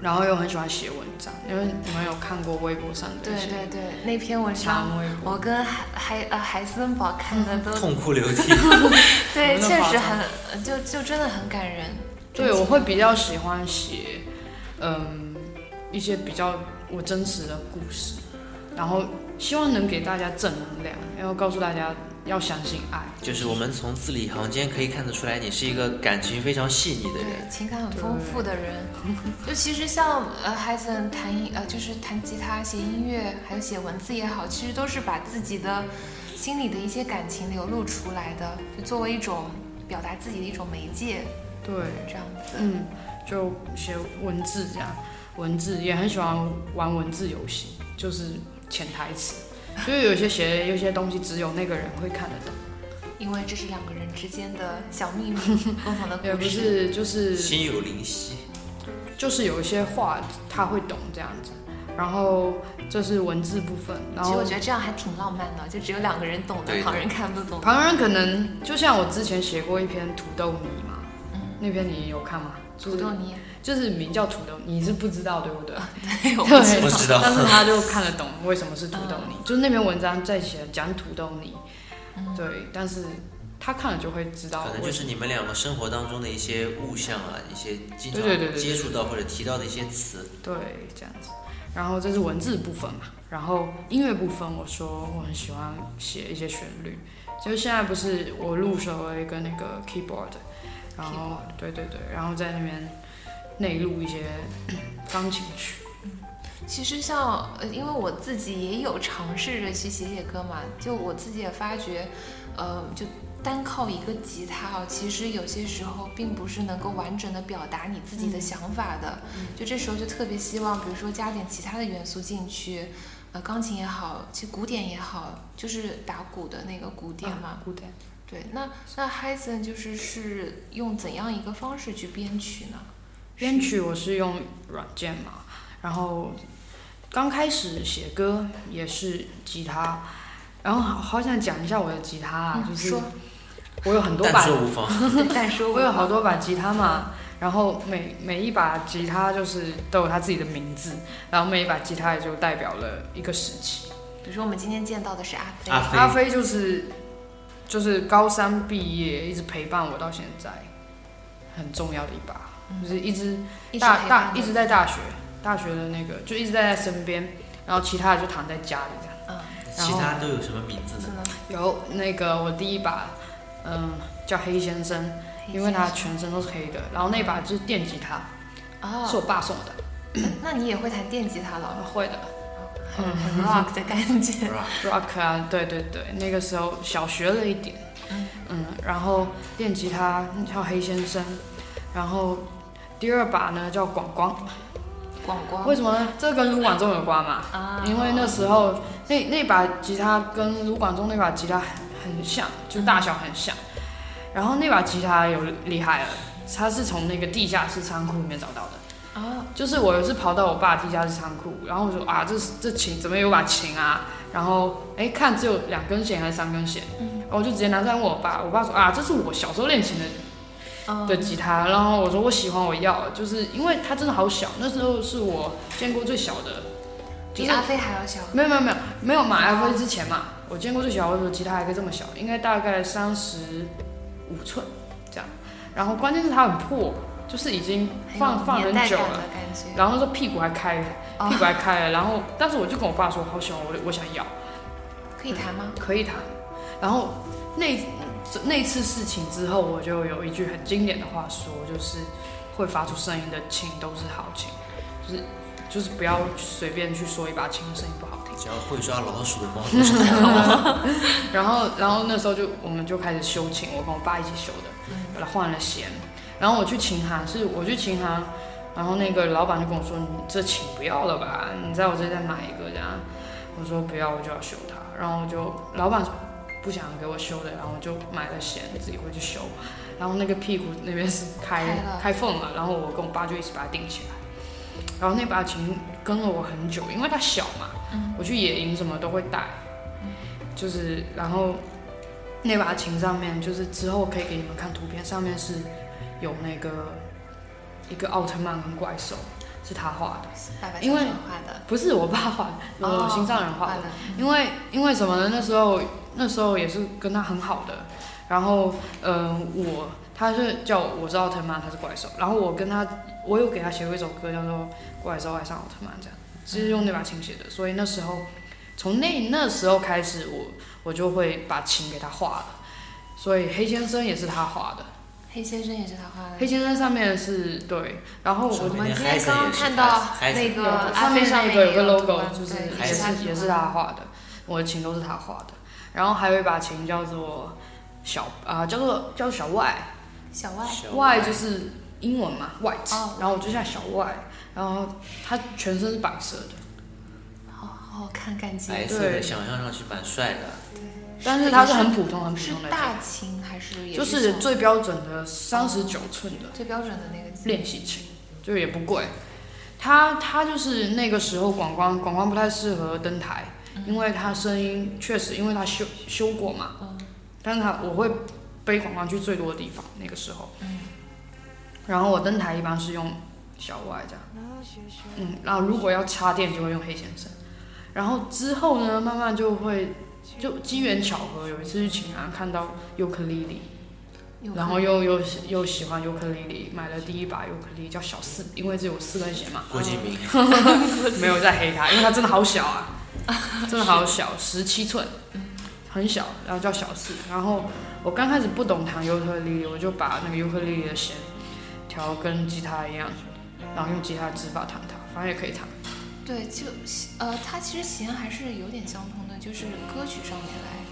Speaker 3: 然后又很喜欢写文章，因为你们有看过微博上的
Speaker 1: 对
Speaker 3: 一些
Speaker 1: 对对，那篇文章
Speaker 3: 长微嗯博，
Speaker 1: 我跟海海呃海森堡看的都
Speaker 2: 痛哭流涕，
Speaker 1: 对，
Speaker 3: 有那么
Speaker 1: 确
Speaker 3: 夸
Speaker 1: 实
Speaker 3: 张
Speaker 1: 很呃就就真的很感人。
Speaker 3: 对我会比较喜欢写，嗯，一些比较我真实的故事，然后希望能给大家正能量，然后告诉大家要相信爱。
Speaker 2: 就是我们从字里行间可以看得出来，你是一个感情非常细腻的人。
Speaker 1: 对，情感很丰富的人。就其实像呃，孩子们弹音呃，就是弹吉他、写音乐，还有写文字也好，其实都是把自己的心里的一些感情流露出来的，就作为一种表达自己的一种媒介，
Speaker 3: 对，
Speaker 1: 这样子。
Speaker 3: 嗯，就写文字这样，文字也很喜欢玩文字游戏，就是潜台词，就是有些写有些东西只有那个人会看得懂，
Speaker 1: 因为这是两个人之间的小秘密，共同的
Speaker 3: 也
Speaker 1: 故
Speaker 3: 不
Speaker 1: 事。
Speaker 3: 是就是
Speaker 2: 心有灵犀，
Speaker 3: 就是有一些话他会懂这样子，然后这是文字部分，然
Speaker 1: 其实
Speaker 3: 后
Speaker 1: 我觉得这样还挺浪漫的，就只有两个人懂
Speaker 2: 对
Speaker 1: 的，
Speaker 2: 的
Speaker 1: 旁人看不懂。
Speaker 3: 旁人可能就像我之前写过一篇土豆泥嘛，那篇你有看吗？
Speaker 1: 嗯土豆 泥，
Speaker 3: 就是名叫土豆，你是不知道对不对？
Speaker 1: 对，我
Speaker 3: 对，
Speaker 2: 不哦知道嗯
Speaker 3: 但是他就看得懂为什么是土豆泥，就是那篇文章在写讲土豆泥，对，但是他看了就会知道
Speaker 2: 嗯可能
Speaker 3: 为
Speaker 2: 就
Speaker 3: 什
Speaker 2: 是
Speaker 3: 么。
Speaker 2: 你们两个生活当中的一些物象啊，一些经常
Speaker 3: 对对对对对
Speaker 2: 接触到或者提到的一些词。
Speaker 3: 对，这样子。然后这是文字部分嘛，然后音乐部分，我说我很喜欢写一些旋律，就是现在不是我入手了一个那个 keyboard，然后对对对，然后在那边内录一些 钢琴曲，
Speaker 1: 其实像呃，因为我自己也有尝试着去写写歌嘛，就我自己也发觉，呃，就单靠一个吉他哦，其实有些时候并不是能够完整的表达你自己
Speaker 3: 嗯
Speaker 1: 的想法的。就这时候就特别希望，比如说加点其他的元素进去，呃，钢琴也好，其实古典也好，就是打鼓的那个古典嘛。
Speaker 3: 啊，古典。
Speaker 1: 对，那那 h y s o n 就是是用怎样一个方式去编曲呢？
Speaker 3: 编曲我是用软件嘛，然后刚开始写歌也是吉他，然后好好想讲一下我的吉他啊，
Speaker 1: 嗯
Speaker 3: 就是
Speaker 1: 说
Speaker 3: 我有很多
Speaker 2: 但
Speaker 3: 把，
Speaker 2: 说无 妨，
Speaker 1: 对，但说
Speaker 3: 我有好多把吉他嘛，然后每每一把吉他就是都有它自己的名字，然后每一把吉他也就代表了一个时期。
Speaker 1: 比如说我们今天见到的是阿飞，
Speaker 2: 阿
Speaker 3: 阿
Speaker 2: 飞
Speaker 3: 飞就是就是高三毕业一直陪伴我到现在，很重要的一把，就是一直
Speaker 1: 一直
Speaker 3: 大
Speaker 1: 陪
Speaker 3: 大
Speaker 1: 伴
Speaker 3: 一
Speaker 1: 着
Speaker 3: 直在大学，大学的那个就一直在他身边，然后其他的就躺在家里这样。
Speaker 1: 嗯，
Speaker 2: 其他都有什么名
Speaker 3: 嗯
Speaker 2: 字
Speaker 1: 是
Speaker 2: 呢？
Speaker 1: 呢，
Speaker 3: 有那个我第一把，嗯、叫黑先生，因为他全身都是黑的，然后那把就是电吉他，是
Speaker 1: 哦，
Speaker 3: 我爸送我的，
Speaker 1: 那你也会弹电吉他
Speaker 3: 呃
Speaker 1: 了，
Speaker 3: 会的
Speaker 1: 很
Speaker 3: 嗯
Speaker 1: 很 rock 的感 觉。
Speaker 3: rock 啊，对对对，那个时候小学了一点，嗯，然后电吉他叫黑先生，然后第二把呢叫广光，
Speaker 1: 广光
Speaker 3: 为什么呢？这跟卢广仲有关嘛？
Speaker 1: 啊，
Speaker 3: 因为那时候那那把吉他跟卢广仲那把吉他很很像，就大小很像。然后那把吉他有厉害了，它是从那个地下室仓库里面找到的。
Speaker 1: 啊，
Speaker 3: 就是我有一次跑到我爸地下室仓库，然后我说啊，这这琴怎么有把琴啊？然后哎看只有两根弦还是三根弦，然后我就直接拿出来问我爸，我爸说啊，这是我小时候练琴的
Speaker 1: 嗯
Speaker 3: 的吉他，然后我说我喜欢，我要，就是因为它真的好小，那时候是我见过最小的，就
Speaker 1: 比
Speaker 3: 是
Speaker 1: 阿飞还要小，
Speaker 3: 没有没有没有没有买 F 之前嘛，我见过最小的时候吉他还可以这么小，应该大概三十五寸这样。然后关键是它很破，就是已经
Speaker 1: 很有
Speaker 3: 放放很
Speaker 1: 年代
Speaker 3: 久
Speaker 1: 感
Speaker 3: 了
Speaker 1: 的，感觉。
Speaker 3: 然后这屁股还开，
Speaker 1: 哦
Speaker 3: 屁股还开了。然后但是我就跟我爸说，好喜欢，我我想要，
Speaker 1: 可以弹吗？
Speaker 3: 可以弹。然后那那次事情之后，我就有一句很经典的话说，就是会发出声音的琴都是好琴，就是就是不要随便去说一把琴声音不好听。
Speaker 2: 只要会抓老鼠的猫都是
Speaker 3: 然后，然后那时候就我们就开始修琴，我跟我爸一起修的，把它换了弦。然后我去琴行，是我去琴行，然后那个老板就跟我说：“你这琴不要了吧？你在我这再买一个这样。”我说：“不要，我就要修它。”然后我就老板不想给我修的，然后我就买了弦自己回去修。然后那个屁股那边是开
Speaker 1: 开了
Speaker 3: 开缝了，然后我跟我爸就一起把它钉起来。然后那把琴跟了我很久，因为它小嘛，我去野营什么都会带。就是然后那把琴上面，就是之后可以给你们看图片，上面是有那个一个奥特曼跟怪兽，是他画的，
Speaker 1: 爸爸
Speaker 3: 因为
Speaker 1: 小时候画的，
Speaker 3: 不是我爸画的，
Speaker 1: 哦
Speaker 3: 我心脏人画
Speaker 1: 画
Speaker 3: 的。
Speaker 1: 的，
Speaker 3: 因为因为什么呢？那时候那时候也是跟他很好的，然后呃我他是叫我我是奥特曼，他是怪兽，然后我跟他我有给他写过一首歌叫做《怪兽爱上奥特曼》这样，是用那把琴写的，所以那时候从那那时候开始我，我就会把琴给他画了，所以黑先生也是他画的，
Speaker 1: 黑先生也是他画的。
Speaker 3: 黑先生上面是对，然后
Speaker 2: 说
Speaker 3: 我
Speaker 1: 我
Speaker 2: 明
Speaker 1: 们
Speaker 2: 天
Speaker 1: 今
Speaker 2: 还
Speaker 1: 天
Speaker 2: 可以
Speaker 1: 刚刚
Speaker 2: 是
Speaker 1: 看
Speaker 2: 他
Speaker 1: 到
Speaker 2: 还可以
Speaker 1: 那
Speaker 3: 有
Speaker 1: 个阿
Speaker 3: 上
Speaker 1: 飞
Speaker 3: 面
Speaker 1: 上面
Speaker 3: 那个有个
Speaker 1: 有图
Speaker 3: logo，
Speaker 1: 案
Speaker 3: 就是
Speaker 1: 对
Speaker 2: 还
Speaker 3: 也
Speaker 1: 也是
Speaker 2: 是
Speaker 3: 是
Speaker 1: 他
Speaker 3: 也是
Speaker 1: 画
Speaker 3: 他
Speaker 1: 的
Speaker 3: 画的，我的琴都是他画的，然后还有一把琴叫做小啊、叫做叫做小外，
Speaker 1: 小外
Speaker 2: 小
Speaker 3: 外就是英文嘛，white，、
Speaker 1: 哦
Speaker 3: 然后我就像小外，然后它全身是白色的，
Speaker 1: 好好好看，感
Speaker 2: 白
Speaker 1: 觉
Speaker 2: 色的，
Speaker 3: 对
Speaker 2: 哎
Speaker 3: 嗯
Speaker 2: 想象上去蛮帅的。
Speaker 3: 但是它是
Speaker 1: 也
Speaker 3: 很普通很普
Speaker 1: 是
Speaker 3: 通的琴，
Speaker 1: 大琴还是也
Speaker 3: 就是
Speaker 1: 小
Speaker 3: 最标准的三十九寸的
Speaker 1: 最标准的那个琴？
Speaker 3: 练习琴，就也不贵。他他就是那个时候广光广光不太适合登台，因为他声音确实因为他修修过嘛，
Speaker 1: 嗯
Speaker 3: 但是他我会背广告去最多的地方，那个时候。
Speaker 1: 嗯
Speaker 3: 然后我登台一般是用小外这样，嗯，然后如果要插电就会用黑先生，然后之后呢，慢慢就会就机缘巧合，有一次去请安看到尤克里里，
Speaker 1: 有
Speaker 3: 然
Speaker 1: 可
Speaker 3: 后
Speaker 1: 能
Speaker 3: 又又又喜欢尤克里里，买了第一把尤克里里叫小四，因为只有四根弦嘛，
Speaker 2: 郭敬明，
Speaker 3: 嗯没有在黑它，因为它真的好小 啊，真的好小，十七寸，很小，然后叫小四。然后我刚开始不懂弹尤克里里，我就把那个尤克里里的弦调跟吉他一样，然后用吉他指法弹它，反正也可以弹。
Speaker 1: 对，就呃，它其实弦还是有点相通的，就是歌曲上面来，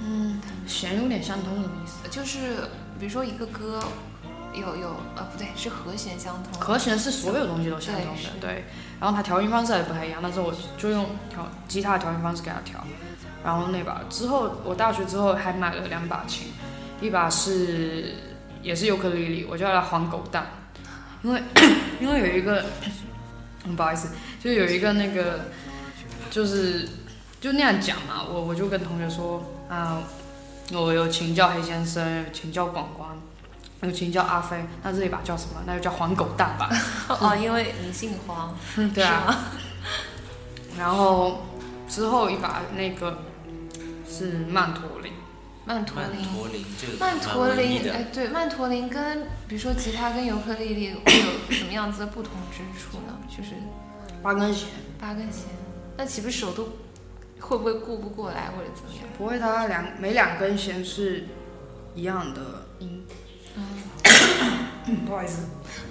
Speaker 3: 嗯，弦有点相通的意思，
Speaker 1: 就是比如说一个歌有有呃不对，是和弦相通的，
Speaker 3: 和弦是所有东西都相通的，对。然后它调音方式也不太一样，但是我就用调吉他的调音方式给它调。然后那把之后，我大学之后还买了两把琴，一把是也是尤克里里，我叫它黄狗蛋，因为因为有一个， 嗯不好意思，就有一个那个就是就那样讲嘛，我我就跟同学说啊、我有琴叫黑先生，有琴叫广光，有琴叫阿飞，那这一把叫什么？那就叫黄狗蛋吧。
Speaker 1: 哦，因为你姓黄，
Speaker 3: 对啊，
Speaker 1: 是吗，
Speaker 3: 然后之后一把那个是曼陀林，
Speaker 1: 曼陀
Speaker 2: 曼
Speaker 1: 林。
Speaker 2: 陀林这个
Speaker 1: 曼
Speaker 2: 蛮
Speaker 1: 陀
Speaker 2: 文艺
Speaker 1: 林，
Speaker 2: 的
Speaker 1: 哎，，对，曼陀林跟比如说吉他跟尤克里里会有什么样子的不同之处呢？就是
Speaker 3: 八根弦，
Speaker 1: 八根弦，那岂不是手都会不会顾不过来或者怎么样？
Speaker 3: 不会它两每两根弦是一样的音。嗯，不好意思，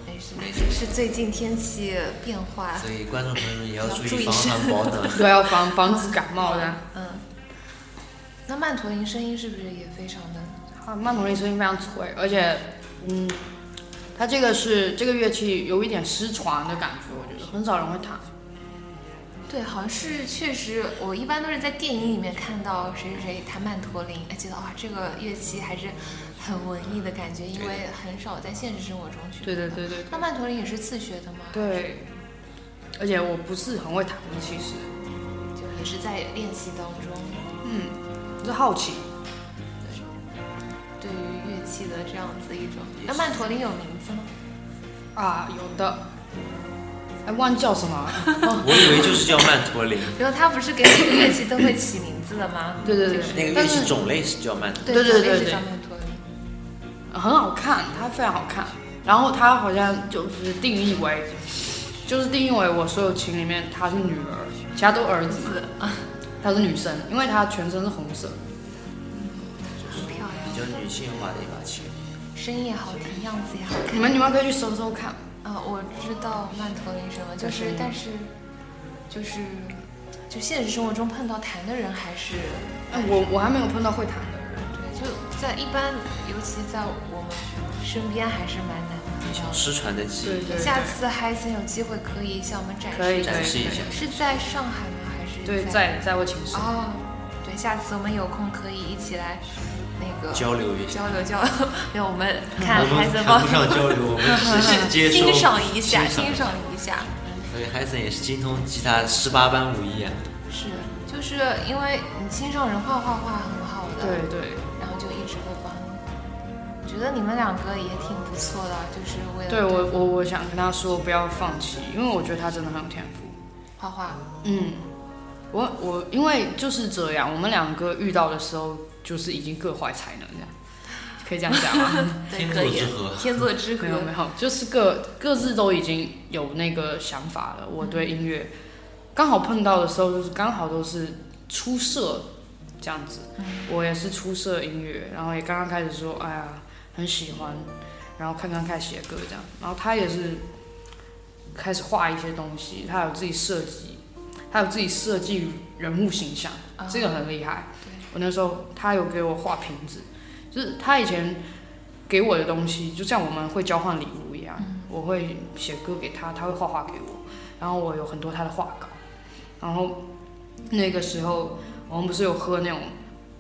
Speaker 1: 没事
Speaker 2: 没事
Speaker 1: 哎是最近天气变化，
Speaker 2: 所以观众朋友们也要
Speaker 1: 要
Speaker 2: 注
Speaker 1: 注
Speaker 2: 意
Speaker 1: 意
Speaker 2: 防
Speaker 1: 身
Speaker 2: 寒保暖。
Speaker 3: 对，要防防止感冒的。
Speaker 1: 嗯。那曼陀林声音是不是也非常的？
Speaker 3: 啊，曼陀林声音非常脆，而且，嗯，它这个是这个乐器有一点失传的感觉，我觉得很少人会弹。
Speaker 1: 对，好像是确实，我一般都是在电影里面看到谁谁谁弹曼陀林，哎，觉得哇，这个乐器还是很文艺的感觉，因为很少在现实生活中去。
Speaker 3: 对对。对对
Speaker 1: 那曼陀林也是自学的吗？，
Speaker 3: 对，而且我不是很会弹，其实，
Speaker 1: 就也是在练习当中，
Speaker 3: 嗯，是好奇。
Speaker 1: 对于乐器的这样子一种。
Speaker 2: 也
Speaker 1: 那
Speaker 2: 是
Speaker 1: 曼陀林有名字吗？
Speaker 3: 啊，有的。哎，忘记叫什么？
Speaker 2: 我以为就是叫曼陀林，
Speaker 1: 比如它不是给每个乐器都会起名字的吗？
Speaker 3: 对对对
Speaker 1: 就是
Speaker 2: 那个乐
Speaker 3: 但
Speaker 2: 器
Speaker 3: 是
Speaker 2: 种类是叫曼陀
Speaker 1: 对
Speaker 3: 对对
Speaker 1: 对
Speaker 3: 对
Speaker 1: 对
Speaker 3: 对
Speaker 1: 小曼陀林。
Speaker 3: 很好看，它非常好看。然后它好像就是定义为，就是定义为我所有琴里面她是女儿，其他都儿子 嘛。她是女生，因为她全身是红色。
Speaker 2: 就是
Speaker 1: 很漂亮
Speaker 2: 比较女性化的一把琴。
Speaker 1: 声音也好听，样子也好看。
Speaker 3: 你们你们可以去搜搜看，
Speaker 1: 啊、我知道曼陀林什么，就是但是就是就现实生活中碰到弹的人还是
Speaker 3: 哎，我我还没有碰到会弹的。
Speaker 1: 对，就在一般，尤其在我们身边还是蛮难碰到的。
Speaker 2: 失传的技
Speaker 3: 对
Speaker 2: 艺，
Speaker 3: 对对，
Speaker 1: 下次还森有机会可以向我们展
Speaker 3: 可
Speaker 1: 示
Speaker 3: 以
Speaker 1: 一下，
Speaker 2: 展示一下。
Speaker 1: 是在上海吗？还是
Speaker 3: 对，
Speaker 1: 在
Speaker 3: 在在我寝室。
Speaker 1: 哦，对，下次我们有空可以一起来那个
Speaker 2: 交流一下。
Speaker 1: 交流交流， 没有我们看
Speaker 2: 我
Speaker 1: 海
Speaker 2: 们
Speaker 1: 森
Speaker 2: 谈
Speaker 1: 帮
Speaker 2: 不上交流，我 们只是接收
Speaker 1: 欣赏一下，
Speaker 2: 欣
Speaker 1: 欣赏一下。
Speaker 2: 所以海森也是精通吉他十八般武艺啊。
Speaker 1: 是，就是因为你青少人画画画很好的，
Speaker 3: 对，对
Speaker 1: 然后就一直会帮你。我觉得你们两个也挺不错的，就是为了
Speaker 3: 对，我我我想跟他说不要放弃，因为我觉得他真的很有天赋。
Speaker 1: 画画，
Speaker 3: 嗯，我我因为就是这样，我们两个遇到的时候就是已经各怀才能这样，可以这样讲吗？
Speaker 1: 对，
Speaker 2: 天
Speaker 1: 可
Speaker 2: 作
Speaker 1: 以
Speaker 2: 之，合，
Speaker 1: 天作之合
Speaker 3: 没，有没有，就是各各自都已经有那个想法了。我对音乐刚好碰到的时候，就是刚好都是出社这样子，我也是出社音乐，然后也刚刚开始说，哎呀，很喜欢，然后看看看写歌这样，然后他也是开始画一些东西，他有自己设计，他有自己设计人物形象，
Speaker 1: 啊
Speaker 3: 这个很厉害
Speaker 1: 对。
Speaker 3: 我那时候他有给我画瓶子，就是他以前给我的东西，就像我们会交换礼物一样，
Speaker 1: 嗯
Speaker 3: 我会写歌给他，他会画画给我，然后我有很多他的画稿。然后那个时候我们不是有喝那种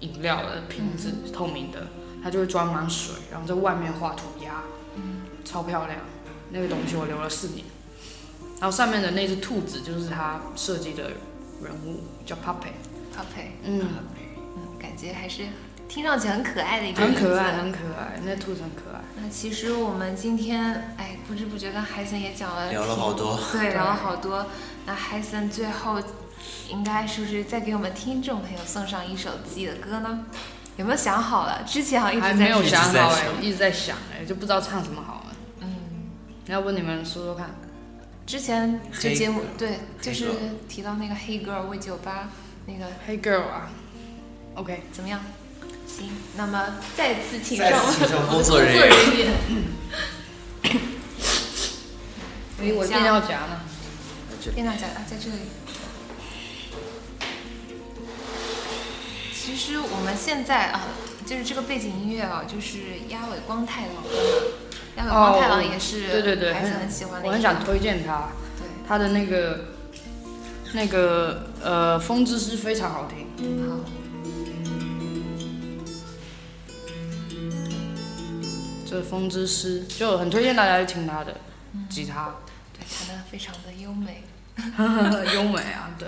Speaker 3: 饮料的瓶子，
Speaker 1: 嗯
Speaker 3: 透明的，它就会装满水，然后在外面画涂鸦，
Speaker 1: 嗯
Speaker 3: 超漂亮。那个东西我留了四年。然后上面的那只兔子就是他设计的人物，叫 Puppet。
Speaker 1: 搭配，
Speaker 3: 嗯，
Speaker 1: 嗯，感觉还是听上去很可爱的哎一个
Speaker 3: 很可
Speaker 1: 名
Speaker 3: 爱，
Speaker 1: 字
Speaker 3: 很可爱，那兔子很可爱。
Speaker 1: 那其实我们今天，哎，不知不觉跟海森也讲了，
Speaker 2: 聊了好多，
Speaker 1: 对，聊了好多。那海森最后应该是不是再给我们听众朋友送上一首自己的歌呢？有没有想好了？之前好像一直
Speaker 3: 还
Speaker 1: 在
Speaker 3: 没有
Speaker 1: 试
Speaker 3: 想
Speaker 2: 一直在
Speaker 3: 好哎、
Speaker 2: 想
Speaker 3: 一直在想哎、就不知道唱什么好啊。
Speaker 1: 嗯，
Speaker 3: 要不你们说说看，
Speaker 1: 之前这节目
Speaker 2: 黑
Speaker 1: 对，就是
Speaker 2: 黑
Speaker 1: 提到那个黑 girl 为酒吧那个
Speaker 3: 《Hey Girl》啊，OK，
Speaker 1: 怎么样？行，那么再次请
Speaker 2: 再
Speaker 1: 上
Speaker 2: 次请上
Speaker 1: 我们
Speaker 2: 工作人员
Speaker 1: 人员。
Speaker 3: 哎，我
Speaker 1: 想
Speaker 3: 变要夹呢。
Speaker 1: 电脑夹啊，在这里。其实我们现在啊，就是这个背景音乐啊，就是鸭尾光太郎的，鸭尾嗯光太郎也是，
Speaker 3: 哦对对对，
Speaker 1: 孩子
Speaker 3: 很
Speaker 1: 很喜欢的一
Speaker 3: 我
Speaker 1: 个，
Speaker 3: 很想推荐他，
Speaker 1: 对，
Speaker 3: 他的那个那个呃《风之诗》非常好听。
Speaker 1: 好。
Speaker 3: 这《风之诗》就很推荐大家去听他的
Speaker 1: 嗯
Speaker 3: 吉他，
Speaker 1: 对，弹的非常的优美。
Speaker 3: 优美啊， 对，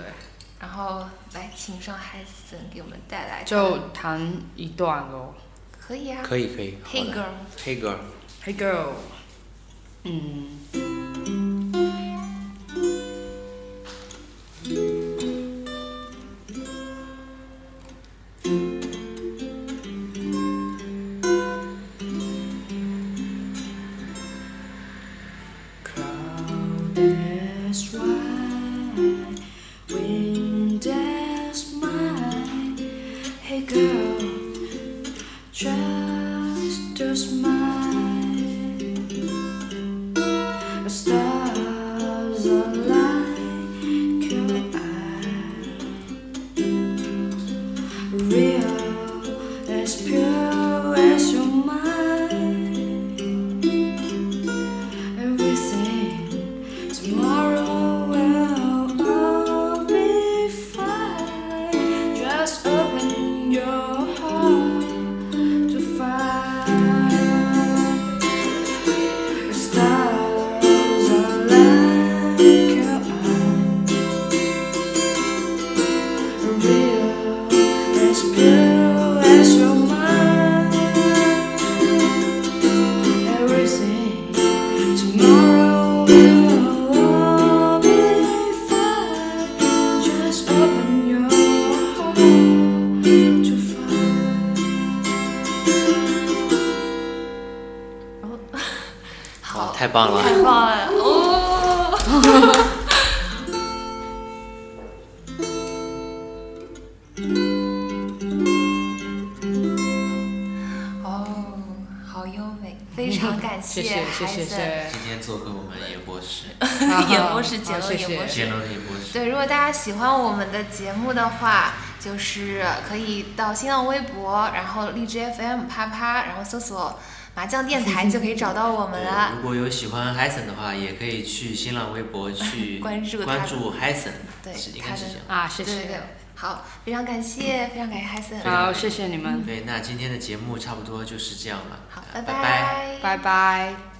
Speaker 1: 然后来，请上海森给我们带来
Speaker 3: 就弹一段喽。
Speaker 1: 可以啊，
Speaker 2: 可以可以，好
Speaker 1: 黑
Speaker 2: 的，
Speaker 1: girl。
Speaker 2: 黑哥，
Speaker 3: Hey girl，嗯，Cloud is white, wind is mine. Hey girl, just to smile. The stars are like your eye. Real as pure as your mind. Everything tomorrow will all be fine. Just open your heart to find the stars are like your eyes, real as pure as your mind. Everything tomorrow will all be fine. Just open your heart to find.
Speaker 2: 哇，太棒了，
Speaker 1: 太棒了哦！哦，好优美，非常感海
Speaker 3: 谢谢谢
Speaker 1: 森。
Speaker 3: 谢，
Speaker 2: 今天做客我们演播室，
Speaker 1: 演播室简
Speaker 3: 好
Speaker 1: 陋
Speaker 3: 谢
Speaker 1: 演
Speaker 3: 谢
Speaker 1: 播室
Speaker 2: 简陋的演播室，
Speaker 1: 对，如果大家喜欢我们的节目的话，就是可以到新浪微博，然后荔枝 FM 啪啪，然后搜索麻将电台就可以找到我们
Speaker 3: 嗯
Speaker 1: 了。
Speaker 2: 如果有喜欢 h y s o n 的话，也可以去新浪微博 去
Speaker 1: 关注他
Speaker 2: 关注 h y s o n
Speaker 1: 对
Speaker 2: 是应
Speaker 1: 他
Speaker 2: 该是
Speaker 1: 的
Speaker 2: 这样。
Speaker 3: 啊，谢
Speaker 1: 对对对
Speaker 3: 谢。，
Speaker 1: 好，非常感谢，非常感谢海森。
Speaker 3: 好，谢谢你们，
Speaker 2: 对，那今天的节目差不多就是这样了，呃
Speaker 1: 好，
Speaker 2: 拜
Speaker 1: 拜
Speaker 3: 拜拜。